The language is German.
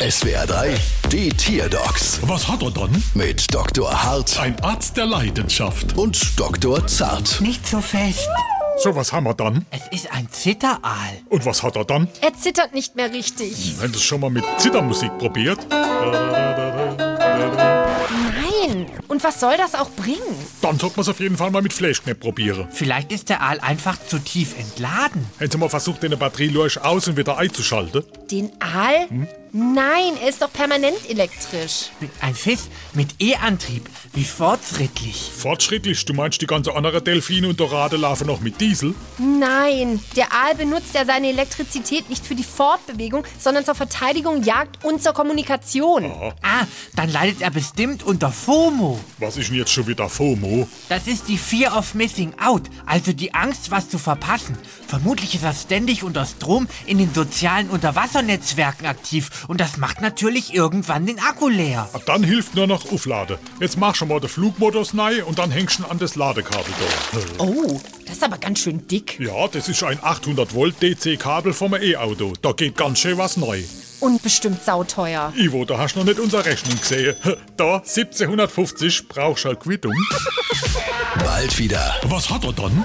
SWR 3, die Tierdocs Was hat er dann? mit Dr. Hart Ein Arzt der Leidenschaft. und Dr. Zart. Nicht so fest. So, was haben wir dann? Es ist ein Zitteraal. Und was hat er dann? Er zittert nicht mehr richtig. Haben das schon mal mit Zittermusik probiert? Nein. Und was soll das auch bringen? Dann sollte man es auf jeden Fall mal mit Flashknepp probieren. Vielleicht ist der Aal einfach zu tief entladen. Hätten Sie mal versucht, den Batterie leuch aus und wieder einzuschalten? Den Aal? Nein, er ist doch permanent elektrisch. Ein Fisch mit E-Antrieb. Wie fortschrittlich. Fortschrittlich, du meinst, die ganze andere Delfine und Dorade laufen noch mit Diesel? Nein, der Aal benutzt ja seine Elektrizität nicht für die Fortbewegung, sondern zur Verteidigung, Jagd und zur Kommunikation. Ah, dann leidet er bestimmt unter FOMO. Was ist denn jetzt schon wieder FOMO? Das ist die Fear of Missing Out, also die Angst, was zu verpassen. Vermutlich ist er ständig unter Strom in den sozialen Unterwassernetzwerken aktiv und das macht natürlich irgendwann den Akku leer. Ab dann hilft nur noch Aufladen. Jetzt mach schon mal den Flugmodus neu und dann hängst du ihn an das Ladekabel da. Oh, das ist aber ganz schön dick. Ja, das ist ein 800 Volt DC-Kabel vom E-Auto. Da geht ganz schön was neu. Und bestimmt sauteuer. Ivo, da hast du noch nicht unsere Rechnung gesehen. Da, 1750, brauchst du eine halt Quittung. Bald wieder. Was hat er dann?